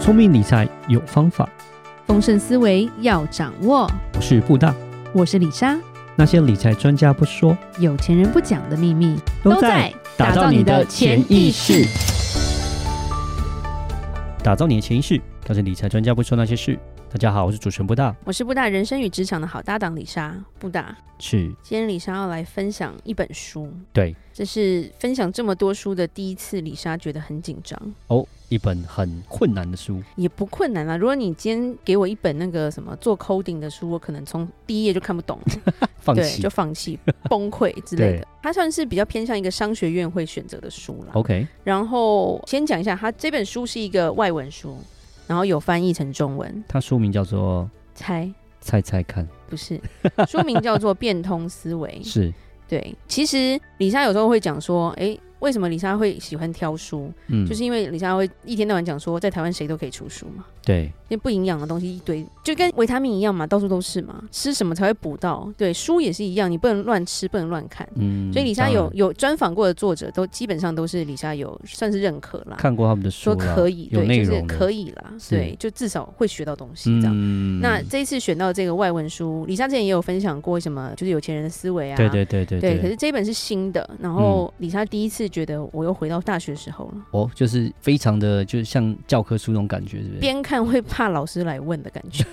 聪明理财有方法，丰盛思维要掌握。我是布大。我是李莎，那些理财专家不说，有钱人不讲的秘密打造你的潜意识。，打造你的潜意识，告诉理财专家不说那些事。大家好，我是主持人布大。我是布大人生与职场的好搭档李莎。布大，是，今天李莎要来分享一本书，对这是分享这么多书的第一次，李莎觉得很紧张，哦，一本很困难的书。也不困难啦。如果你今天给我一本那个什么做 coding 的书，我可能从第一页就看不懂，放对，弃就。放弃、崩溃之类对的。它算是比较偏向一个商学院会选择的书啦。 OK，然后先讲一下，它这本书是一个外文书，然后有翻译成中文。它书名叫做猜《猜猜看 不是，书名叫做《变通思维》。》，是，对，其实李莎有时候会讲说，诶，为什么李莎会喜欢挑书？嗯，就是因为李莎会一天到晚讲说，在台湾谁都可以出书嘛，对，那不营养的东西一堆，就跟维他命一样嘛，到处都是嘛，吃什么才会补到？对，书也是一样，你不能乱吃，不能乱看。嗯所以李莎当有然有专访过的作者，都基本上都是李莎有算是认可啦。看过他们的书说啦可以，有对，内就是容的，可以啦，是对，就至少会学到东西这样。嗯那这一次选到这个外文书，李莎之前也有分享过什么，就是有钱人的思维啊，对对对对嗯对可是这一本是新的，然后李莎第一次觉得我又回到大学时候了，哦，就是非常的，就是像教科书那种感觉，是不是？边看会怕老师来问的感觉。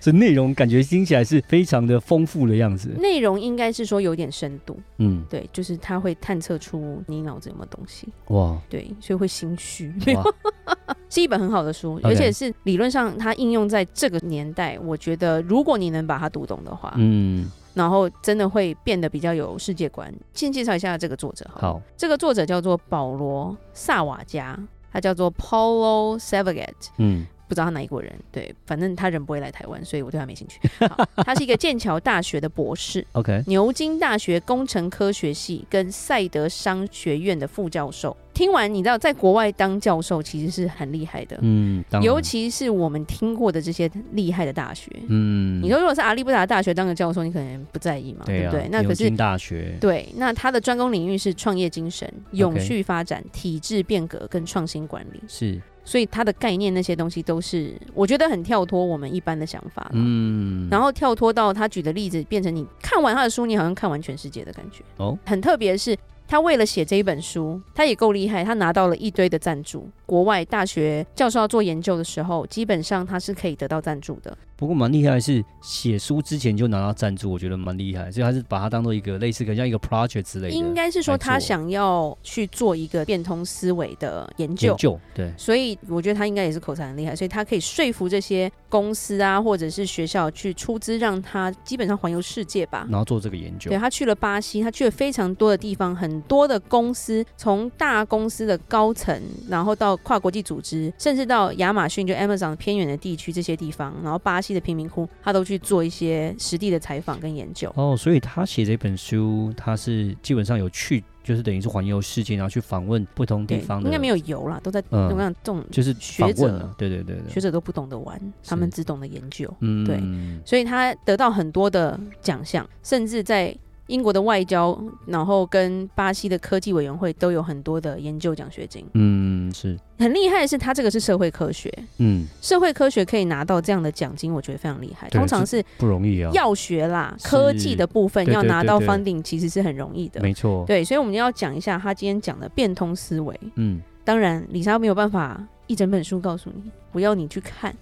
这内容感觉听起来是非常的丰富的样子。内容应该是说有点深度，嗯，对，就是他会探测出你脑子有没有东西，哇对，所以会心虚。哇， 是一本很好的书 OK 而且是理论上它应用在这个年代，我觉得如果你能把它读懂的话，嗯，然后真的会变得比较有世界观。先介绍一下这个作者好了，好，这个作者叫做保罗·萨瓦加，他叫做 Paulo Savaget，嗯，不知道他哪一国人，对，反正他人不会来台湾，所以我对他没兴趣。 好他是一个剑桥大学的博士， OK，牛津大学工程科学系跟赛德商学院的副教授。听完，你知道在国外当教授其实是很厉害的，嗯，当然尤，其是我们听过的这些厉害的大学。嗯，你说如果是阿利布达大学当个教授，你可能不在意嘛，对不啊，对？那可牛是津大学，对，那他的专攻领域是创业精神、永续发展、体制变革跟创新管理，是，所以他的概念那些东西都是我觉得很跳脱我们一般的想法啦。嗯，然后后跳脱到他举的例子，变成你看完他的书，你好像看完全世界的感觉。哦，很特别的是，他为了写这一本书，他也够厉害，他拿到了一堆的赞助。国外大学教授要做研究的时候，基本上他是可以得到赞助的。不过蛮厉害的是写书之前就拿到赞助，我觉得蛮厉害，所以他是把它当做一个类似，可能像一个 project 之类的，应该是说他来做想要去做一个变通思维的研究研。究，对，所以我觉得他应该也是口才很厉害，所以他可以说服这些公司啊，或者是学校去出资让他基本上环游世界吧。然后做这个研究对，他去了巴西，他去了非常多的地方，很多的公司，从大公司的高层，然后到跨国际组织，甚至到亚马逊就 Amazon 偏远的地区这些地方，然后巴西的贫民窟，他都去做一些实地的采访跟研究。哦，所以他写这本书，他是基本上有去，就是等于是环游世界，然后去访问不同地对方，的，应该没有游啦，都在嗯我想这种就是学访问者了，对对对对，学者都不懂得玩，他们是只懂得研究。嗯，对所以他得到很多的奖项，甚至在英国的外交，然后跟巴西的科技委员会都有很多的研究奖学金。嗯是，很厉害的是，他这个是社会科学，嗯社会科学可以拿到这样的奖金，我觉得非常厉害。对通常是不容易啊，药学啦、是科技的部分对对要拿到对对 funding，其实是很容易的。没错，对，所以我们要讲一下他今天讲的变通思维。嗯，当然，李莎没有办法一整本书告诉你，我要你去看。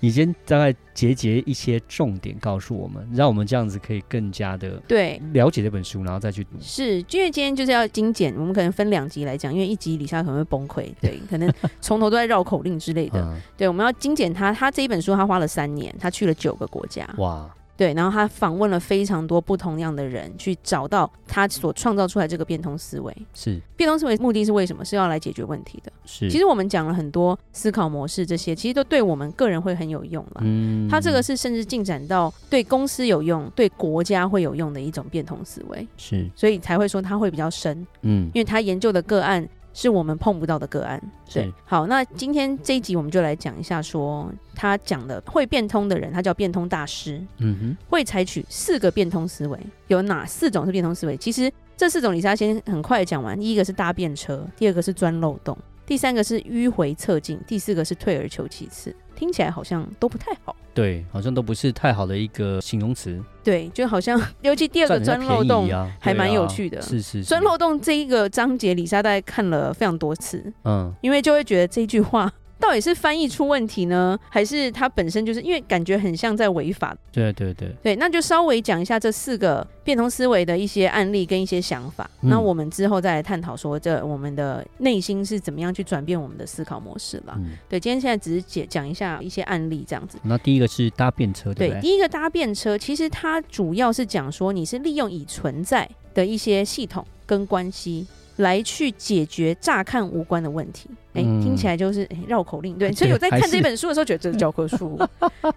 你先大概结节一些重点告诉我们，让我们这样子可以更加的对，了解这本书，然后再去读。是，因为今天就是要精简，我们可能分两集来讲，因为一集李莎可能会崩溃，对，可 能从头都在绕口令之类的。嗯，对，我们要精简他，他这一本书他花了三年，他去了九个国家，哇，对，然后他访问了非常多不同样的人，去找到他所创造出来这个变通思维。是变通思维目的是为什么？是要来解决问题的。是，其实我们讲了很多思考模式，这些其实都对我们个人会很有用了。嗯他这个是甚至进展到对公司有用、对国家会有用的一种变通思维，是，所以才会说他会比较深。嗯因为他研究的个案是我们碰不到的个案。对是，好，那今天这一集我们就来讲一下说他讲的会变通的人，他叫变通大师，嗯会采取四个变通思维，有哪四种是变通思维？其实这四种李莎先很快地讲完，第一个是搭便车，第二个是钻漏洞，哼，第三个是迂回策进，第四个是退而求其次。听起来好像都不太好。对，好像都不是太好的一个形容词，对，就好像尤其第二个占人家钻漏洞便宜，啊，还对蛮有啊趣的是是是钻漏洞这一个章节，李莎大概看了非常多次，嗯，因为就会觉得这句话到底是翻译出问题呢，还是它本身就是因为感觉很像在违法？对对对，对，那就稍微讲一下这四个变通思维的一些案例跟一些想法。嗯那我们之后再来探讨说，这我们的内心是怎么样去转变我们的思考模式啦。嗯，对，今天现在只是解讲一下一些案例这样子。那第一个是搭便车，对不对？对，第一个搭便车，其实它主要是讲说你是利用已存在的一些系统跟关系来去解决乍看无关的问题。哎、嗯听起来就是哎绕口令， 对。对所以我在看还是这本书的时候，觉得这是教科 书，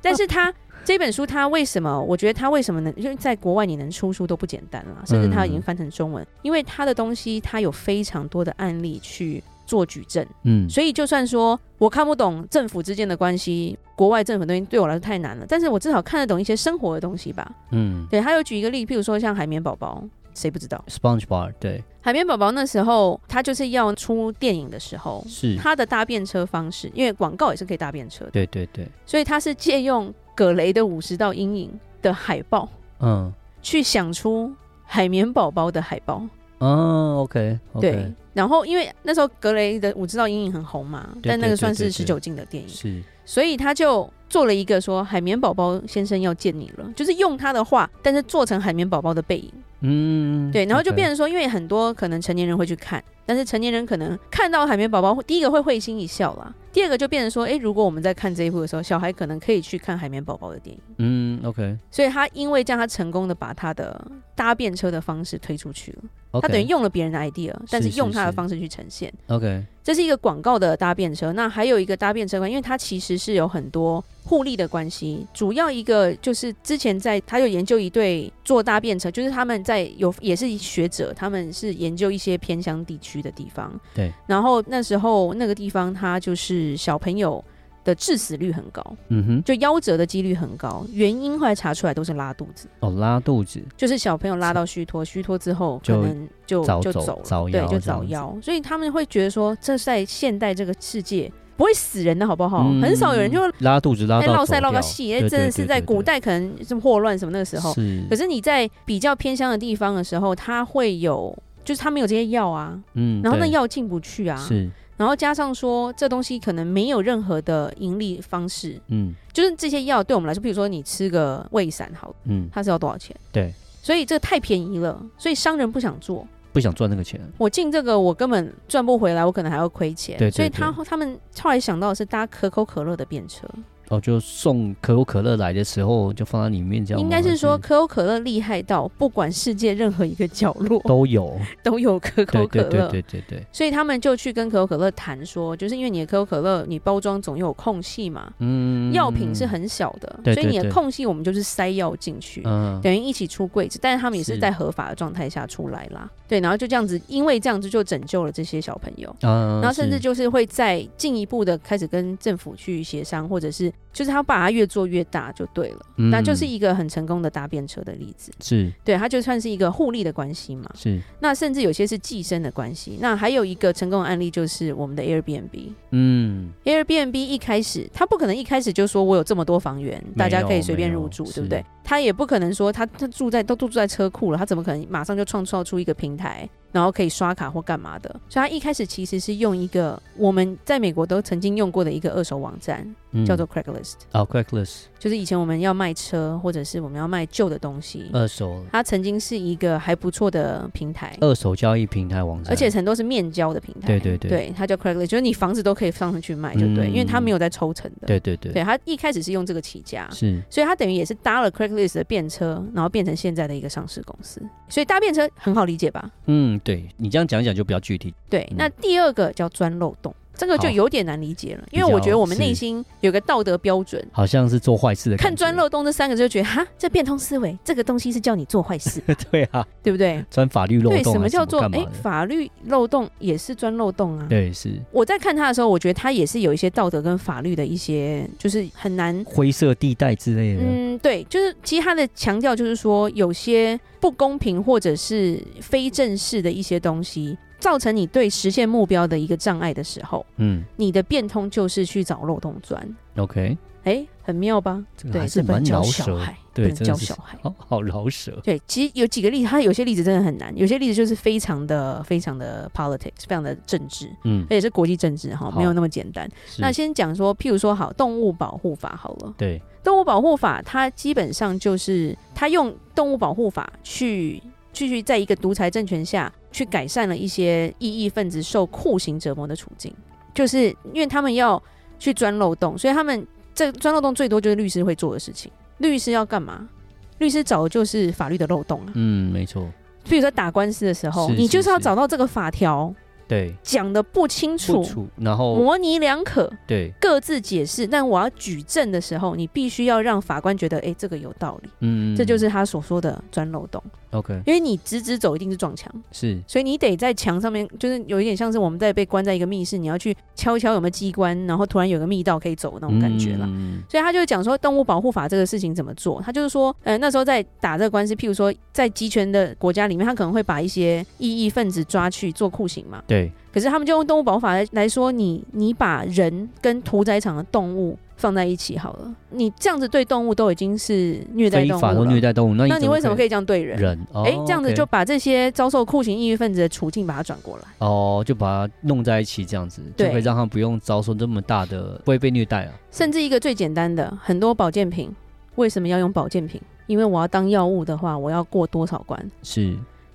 但是它。这本书它为什么？我觉得它为什么能，因为在国外你能出书都不简单嗯啦，甚至它已经翻成中文，因为它的东西它有非常多的案例去做举证，嗯，所以就算说我看不懂政府之间的关系，国外政府的东西对我来说太难了，但是我至少看得懂一些生活的东西吧。嗯对，他有举一个例，譬如说像海绵宝宝，谁不知道？ ，Sponge Bar，对，海绵宝宝那时候他就是要出电影的时候，是，他的搭便车方式，因为广告也是可以搭便车的，对对对，所以他是借用葛雷的五十道阴影的海报嗯，去想出海绵宝宝的海报。哦，OK，OK，对，然后因为那时候格雷的五十道阴影很红嘛，对但那对个对算是对十对九禁的电影。是，所以他就做了一个说海绵宝宝先生要见你了，就是用他的话，但是做成海绵宝宝的背影。嗯，对，然后就 OK 变成说，因为很多可能成年人会去看，但是成年人可能看到海绵宝宝，第一个会会心一笑啦，第二个就变成说，诶，如果我们在看这一部的时候，小孩可能可以去看海绵宝宝的电影。嗯，OK，所以他因为这样，他成功的把他的搭便车的方式推出去了。 OK，他等于用了别人的 idea，但是是用他的是方式去呈现。 OK，这是一个广告的搭便车，那还有一个搭便车关，因为它其实是有很多互利的关系。主要一个就是之前在他有研究一对做搭便车，就是他们在有也是学者，他们是研究一些偏乡地区的地方。对。然后那时候那个地方，它就是小朋友的致死率很高，嗯哼，就夭折的几率很高。原因后来查出来都是拉肚子，哦，拉肚子，就是小朋友拉到虚脱，虚脱之后可就能就早就走走了，早对，夭就这样早子夭，所以他们会觉得说，这在现代这个世界不会死人的好不好？哦很少有人就嗯拉肚子拉哎到落塞走落个掉戏，哎，对真的对是对在对古对代可能这么霍乱什么那个时候，是，可是你在比较偏乡的地方的时候，它会有。就是他们有这些药啊，嗯，然后那对药进不去啊，是，然后加上说这东西可能没有任何的盈利方式，嗯就是这些药对我们来说，比如说你吃个胃散好了嗯，它是要多少钱？对，所以这太便宜了，所以商人不想做。不想赚那个钱，我进这个我根本赚不回来，我可能还要亏钱。对对所以他他们后来想到的是搭可口可乐的便车，哦，就送可口可乐来的时候就放在里面这样吗，应该是还说可口可乐厉害到不管世界任何一个角落都有， 都有可对口可对乐。对对对对，所以他们就去跟可口可乐谈说，就是因为你的可口可乐你包装总有空隙嘛，嗯，药品是很小的，对对所以你的对空隙我们就是塞药进去。嗯，等于一起出柜子，但是他们也是是在合法的状态下出来啦。对，然后就这样子，因为这样子就拯救了这些小朋友，嗯，然后甚至是就是会再进一步的开始跟政府去协商，或者是就是他把它越做越大就对了。那就是嗯一个很成功的搭便车的例子，是对，它就算是一个互利的关系嘛。是，那甚至有些是寄生的关系。那还有一个成功的案例就是我们的 Airbnb。嗯， Airbnb 一开始，他不可能一开始就说我有这么多房源，大家可以随便入住，没有对不对？他也不可能说他他住在都住在车库了，他怎么可能马上就创造出一个平台，然后可以刷卡或干嘛的？所以他一开始其实是用一个我们在美国都曾经用过的一个二手网站，嗯叫做 Craigslist，、啊 q u a c k l e s s 就是以前我们要卖车或者是我们要卖旧的东西，二手它曾经是一个还不错的平台。二手交易平台网站，而且很多是面交的平台，呃对对对它叫 Craigslist，就是你房子都可以上去卖，就对，嗯因为它没有在抽成的，对对对对他啊一开始是用这个起家，是所以他等于也是搭了 Craigslist 的便车，然后变成现在的一个上市公司。所以搭便车很好理解吧？嗯，对你这样讲一讲就比较具体，对。嗯那第二个叫钻漏洞，这个就好有点难理解了，因比较为我觉得我们是内心有个道德标准。好像是做坏事的看感钻觉，漏洞这三个字就觉得哈，这变通思维，这个东西是叫你做坏 事， 对啊，对不对？钻法律漏洞还对，是什什么么叫做干嘛诶的法律漏洞也是钻漏洞啊？对是我在看他的时候，我觉得他也是有一些道德跟法律的一些，就是很难灰色地带之类的，嗯，对，就是其实他的强调就是说，有些不公平或者是非正式的一些东西，造成你对实现目标的一个障碍的时候，嗯你的变通就是去找漏洞钻。 ，OK，哎，很妙吧？这个嗯对，还是这不能蛮教饶小舌，孩，对不能真的教是小孩。好好饶舌，对，其实有几个例子，它有些例子真的很难，有些例子就是非常的、非常的 politics，非常的政治，嗯 而，且是国际政治哈，好没有那么简单。是那先讲说，譬如说好，动物保护法好了，对，动物保护法它基本上就是它用动物保护法去继续在一个独裁政权下去改善了一些异议分子受酷刑折磨的处境，就是因为他们要去钻漏洞，所以他们这钻漏洞最多就是律师会做的事情。律师要干嘛？律师找的就是法律的漏洞啊。嗯，没错，譬如说打官司的时候，是你就是是要是找到这个法条对，讲的不清楚不，哦处，然后模棱两可，对，各自解释。但我要举证的时候，你必须要让法官觉得，诶，这个有道理。嗯，这就是他所说的钻漏洞， OK，因为你直直走一定是撞墙，是所以你得在墙上面，就是有一点像是我们在被关在一个密室，你要去敲一敲有没有机关，然后突然有个密道可以走那种感觉啦。嗯所以他就讲说动物保护法这个事情怎么做，他就是说，呃，那时候在打这个官司，譬如说呃在集权的国家里面，他可能会把一些异议分子抓去做酷刑嘛，对，可是他们就用动物保护法来来说，你你把人跟屠宰场的动物放在一起好了，你这样子对动物都已经是虐待非动物法了或，虐待动物，那那你为什么可以以这样对人？人？哦哎，这样子就 OK 把这些遭受酷刑抑郁分子的处境把它转过来。哦，就把它弄在一起，这样子就对可以让他不用遭受这么大的，不会被虐待啊。甚至一个最简单的，很多保健品为什么要用保健品？因为我要当药物的话，我要过多少关？是，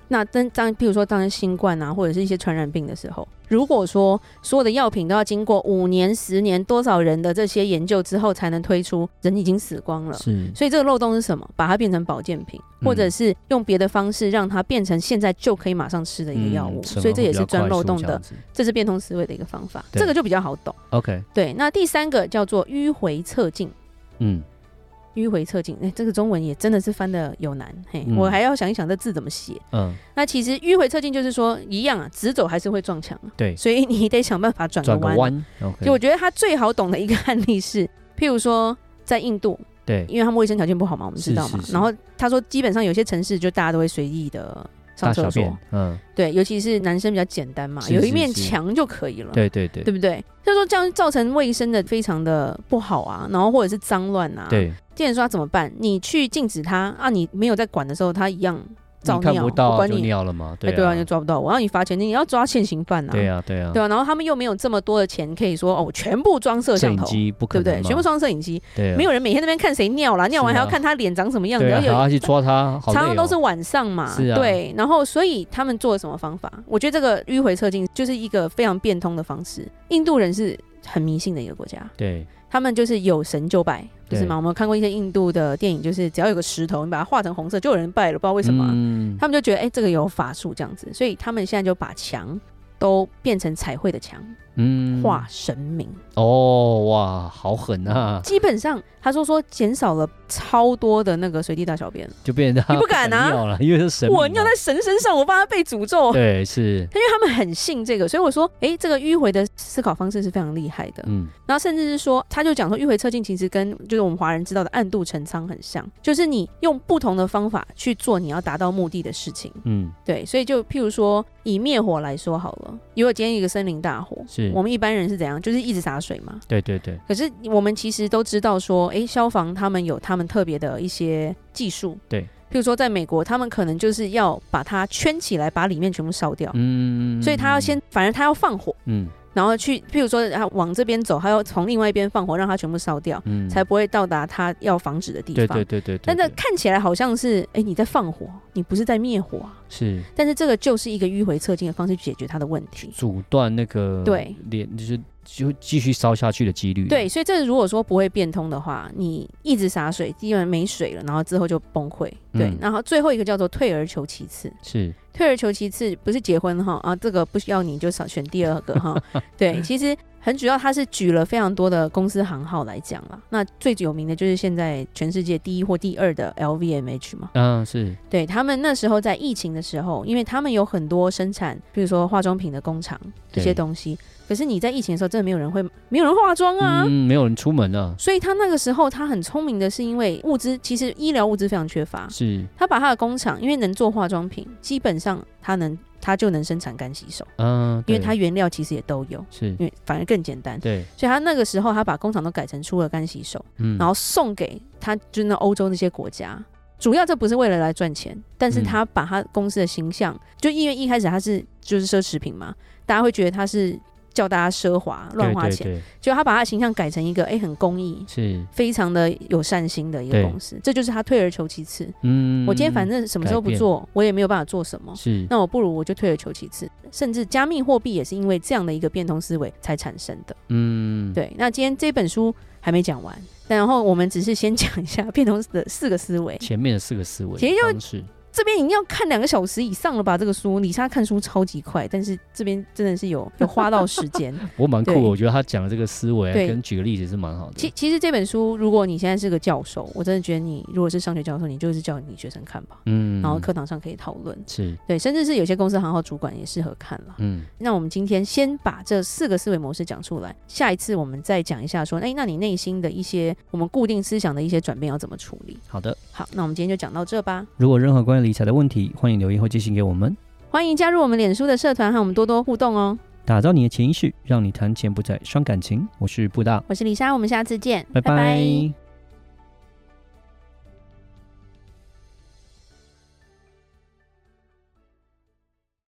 那当当，譬如说当新冠啊，或者是一些传染病的时候，如果说所有的药品都要经过五年、十年多少人的这些研究之后才能推出，人已经死光了。是，所以这个漏洞是什么？把它变成保健品，嗯或者是用别的方式让它变成现在就可以马上吃的一个药物，嗯所以这也是钻漏洞。成的功比较快速这样子这是变通思维的一个方法，对这个就比较好懂。 OK，对，那第三个叫做迂回侧进，嗯，迂回侧进，哎、这个中文也真的是翻的有难，嘿，嗯我还要想一想这字怎么写。嗯，那其实迂回侧进就是说一样啊，直走还是会撞墙啊，对，所以你得想办法转个转个弯。弯，OK，就我觉得他最好懂的一个案例是，譬如说在印度，对，因为他们卫生条件不好嘛，我们知道嘛。是是是然后他说，基本上有些城市就大家都会随意的上大厕小所便，，嗯，对，尤其是男生比较简单嘛，是有是一面是墙就可以了。对对对对不对？他说这样造成卫生的非常的不好啊，然后或者是脏乱啊。，对，店刷怎么办？你去禁止他啊，你没有在管的时候，他一样照你看尿不到不啊管就你尿了嘛，哎对对啊，啊你就，抓不到我，让你罚钱，你要抓现行犯啊。对啊，对啊，对啊，然后他们又没有这么多的钱，可以说哦，我全部装摄摄像影头，机不可对不能对？嘛全部装摄影机，对啊，没有人每天在那边看谁尿啦，尿完是还啊要看他脸长什么样子，对啊，然还要后有去抓它，好常常累都哦是晚上嘛，是啊对，然后所以他们做了什么方法？我觉得这个迂回侧进就是一个非常变通的方式。印度人是很迷信的一个国家，对，他们就是有神就拜，就是对嘛，我们有看过一些印度的电影，就是只要有个石头，你把它画成红色，就有人拜了，不知道为为什么啊、嗯，他们就觉得哎、这个有法术这样子，所以他们现在就把墙都变成彩绘的墙，嗯画神明。哦，哇，好狠啊，基本上他说说减少了超多的那个随地大小便，就变成他你不敢啊尿了，因为是神明我尿嘛在神身上，我怕他被诅咒。对是，因为他们很信这个，所以我说，哎，这个迂回的思考方式是非常厉害的。嗯，然后甚至是说，他就讲说，迂回侧进其实跟就是我们华人知道的暗度陈仓很像，就是你用不同的方法去做你要达到目的的事情。嗯，对，所以就譬如说，以灭火来说好了，如果今天一个森林大火，是我们一般人是怎样，就是一直洒水嘛。对对对可是我们其实都知道说，诶，消防他们有他们特别的一些技术，对譬如说在美国，他们可能就是要把它圈起来，把里面全部烧掉，嗯，所以他要先，反正他要放火，嗯然后去，譬如说他往这边走，他要从另外一边放火，让它全部烧掉，嗯，才不会到达他要防止的地对方。对对对对，但那对看起来好像是，哎、你在放火，你不是在灭火啊。是但是这个就是一个迂回侧进的方式去解决它的问题。阻断那个对连就是就继续烧下去的几率，对，所以这如果说不会变通的话，你一直洒水，基本上没水了，然后之后就崩溃。对，嗯然后最后一个叫做退而求其次，是退而求其次不是结婚哈啊，这个不需要你就少选第二个哈。 对，其实很主要，他是举了非常多的公司行号来讲啦。那最有名的就是现在全世界第一或第二的 LVMH 嘛，嗯是对他们那时候在疫情的时候，因为他们有很多生产，比如说化妆品的工厂这些对东西，可是你在疫情的时候，真的没有人会，没有人化妆啊。嗯没有人出门啊，所以他那个时候，他很聪明的是，因为物资其实医疗物资非常缺乏，是他把他的工厂，因为能做化妆品，基本上他能它就能生产干洗手，嗯，因对为它原料其实也都有，是因为反而更简单。对，所以他那个时候，他把工厂都改成出了干洗手，嗯，然后送给他就是那欧洲那些国家。主要这不是为了来赚钱，但是嗯他把他公司的形象，就因为一开始他是就是奢侈品嘛，大家会觉得他是叫大家奢华乱花钱，对对对就他把他的形象改成一个哎、很公益、是，非常的有善心的一个对公司，这就是他退而求其次。嗯，我今天反正什么时候改不变做，我也没有办法做什么，是那我不如我就退而求其次。甚至加密货币也是因为这样的一个变通思维才产生的。嗯，对，那今天这本书还没讲完，但然后我们只是先讲一下变通的四个思维。前面的四个思维其实要方式，这边已经要看两个小时以上了吧？这个书，李莎看书超级快，但是这边真的是有有花到时 间。我蛮酷的，对我觉得他讲的这个思维啊对跟举个例子是蛮好其的，其实这本书，如果你现在是个教授，我真的觉得你如果是商学教授，你就是叫你学生看吧，嗯，然后课堂上可以讨论。是，对，甚至是有些公司行号主管也适合看了。嗯，那我们今天先把这四个思维模式讲出来，下一次我们再讲一下说，哎，那你内心的一些我们固定思想的一些转变要怎么处理？好的。好，那我们今天就讲到这吧。如果有任何关于理财的问题，欢迎留言或寄信给我们。欢迎加入我们脸书的社团，和我们多多互动哦。打造你的潜意识，让你谈钱不再伤感情。我是布大，我是李莎，我们下次见，拜拜